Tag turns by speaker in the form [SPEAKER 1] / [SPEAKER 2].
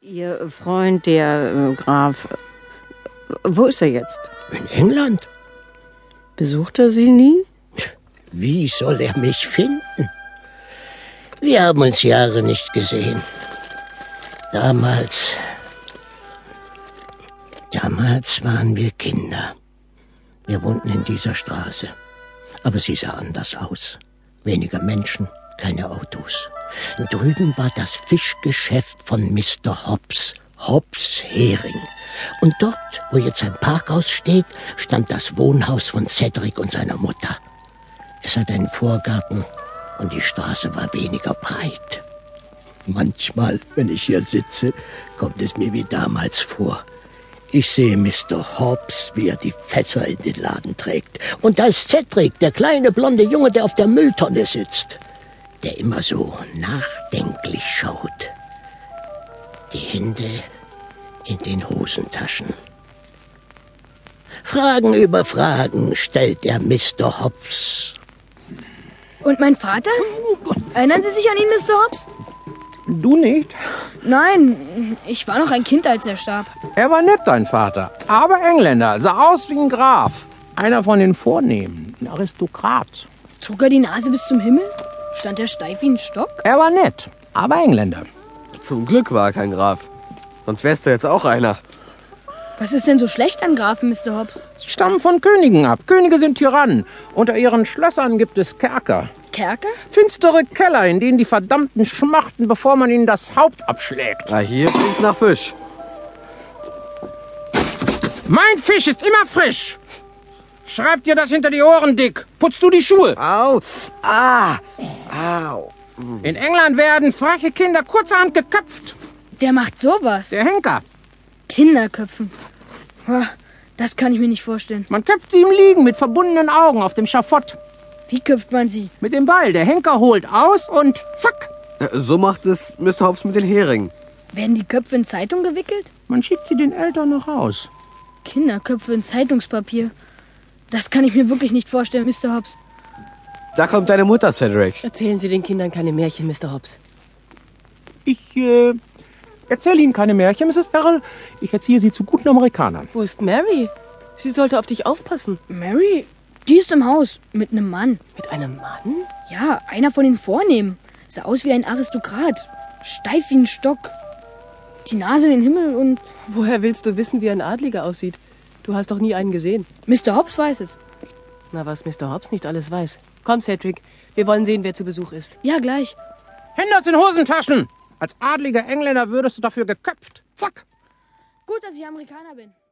[SPEAKER 1] Ihr Freund, der äh, Graf, äh, wo ist er jetzt?
[SPEAKER 2] In England?
[SPEAKER 1] Besucht er Sie nie?
[SPEAKER 2] Wie soll er mich finden? Wir haben uns Jahre nicht gesehen. Damals. Damals waren wir Kinder. Wir wohnten in dieser Straße. Aber sie sah anders aus. Weniger Menschen, keine Autos. Drüben war das Fischgeschäft von Mr. Hobbs. Hobbs Hering. Und dort, wo jetzt ein Parkhaus steht, stand das Wohnhaus von Cedric und seiner Mutter. Es hat einen Vorgarten und die Straße war weniger breit. Manchmal, wenn ich hier sitze, kommt es mir wie damals vor. Ich sehe Mr. Hobbs, wie er die Fässer in den Laden trägt. Und da ist Cedric, der kleine blonde Junge, der auf der Mülltonne sitzt. Der immer so nachdenklich schaut. Die Hände in den Hosentaschen. Fragen über Fragen stellt der Mr. Hobbs.
[SPEAKER 3] Und mein Vater? Erinnern Sie sich an ihn, Mr. Hobbs?
[SPEAKER 4] Du nicht?
[SPEAKER 3] Nein, ich war noch ein Kind, als er starb.
[SPEAKER 4] Er war nett, dein Vater. Aber Engländer, sah aus wie ein Graf. Einer von den Vornehmen, ein Aristokrat.
[SPEAKER 3] Trug er die Nase bis zum Himmel? Stand er steif wie ein Stock?
[SPEAKER 4] Er war nett, aber Engländer.
[SPEAKER 5] Zum Glück war er kein Graf. Sonst wärst du jetzt auch einer.
[SPEAKER 3] Was ist denn so schlecht an Grafen, Mr. Hobbs?
[SPEAKER 4] Sie stammen von Königen ab. Könige sind Tyrannen. Unter ihren Schlössern gibt es Kerker.
[SPEAKER 3] Kerker?
[SPEAKER 4] Finstere Keller, in denen die Verdammten schmachten, bevor man ihnen das Haupt abschlägt.
[SPEAKER 5] Na, hier klingt's nach Fisch.
[SPEAKER 4] Mein Fisch ist immer frisch. Schreib dir das hinter die Ohren, Dick. Putzt du die Schuhe.
[SPEAKER 5] Au! Ah! Au!
[SPEAKER 4] In England werden freche Kinder kurzerhand geköpft.
[SPEAKER 3] Wer macht sowas?
[SPEAKER 4] Der Henker.
[SPEAKER 3] Kinderköpfen. Ah, Das kann ich mir nicht vorstellen.
[SPEAKER 4] Man köpft sie im Liegen mit verbundenen Augen auf dem Schafott.
[SPEAKER 3] Wie köpft man sie?
[SPEAKER 4] Mit dem Ball. Der Henker holt aus und zack.
[SPEAKER 5] Äh, So macht es Mr. Hobbs mit den Heringen.
[SPEAKER 3] Werden die Köpfe in Zeitung gewickelt?
[SPEAKER 4] Man schickt sie den Eltern noch raus.
[SPEAKER 3] Kinderköpfe in Zeitungspapier. Das kann ich mir wirklich nicht vorstellen, Mr. Hobbs.
[SPEAKER 5] Da kommt deine Mutter, Cedric.
[SPEAKER 6] Erzählen Sie den Kindern keine Märchen, Mr. Hobbs.
[SPEAKER 4] Ich äh, erzähle Ihnen keine Märchen, Mrs. Errol. Ich erziehe Sie zu guten Amerikanern.
[SPEAKER 6] Wo ist Mary? Sie sollte auf dich aufpassen.
[SPEAKER 3] Mary? Die ist im Haus. Mit einem Mann.
[SPEAKER 6] Mit einem Mann?
[SPEAKER 3] Ja, einer von den Vornehmen. Sah aus wie ein Aristokrat. Steif wie ein Stock. Die Nase in den Himmel und
[SPEAKER 6] Woher willst du wissen, wie ein Adliger aussieht? Du hast doch nie einen gesehen.
[SPEAKER 3] Mr. Hobbs weiß es.
[SPEAKER 6] Na, was Mr. Hobbs nicht alles weiß. Komm, Cedric, wir wollen sehen, wer zu Besuch ist.
[SPEAKER 3] Ja, gleich.
[SPEAKER 4] Hände aus den Hosentaschen. Als adliger Engländer würdest du dafür geköpft. Zack.
[SPEAKER 3] Gut, dass ich Amerikaner bin.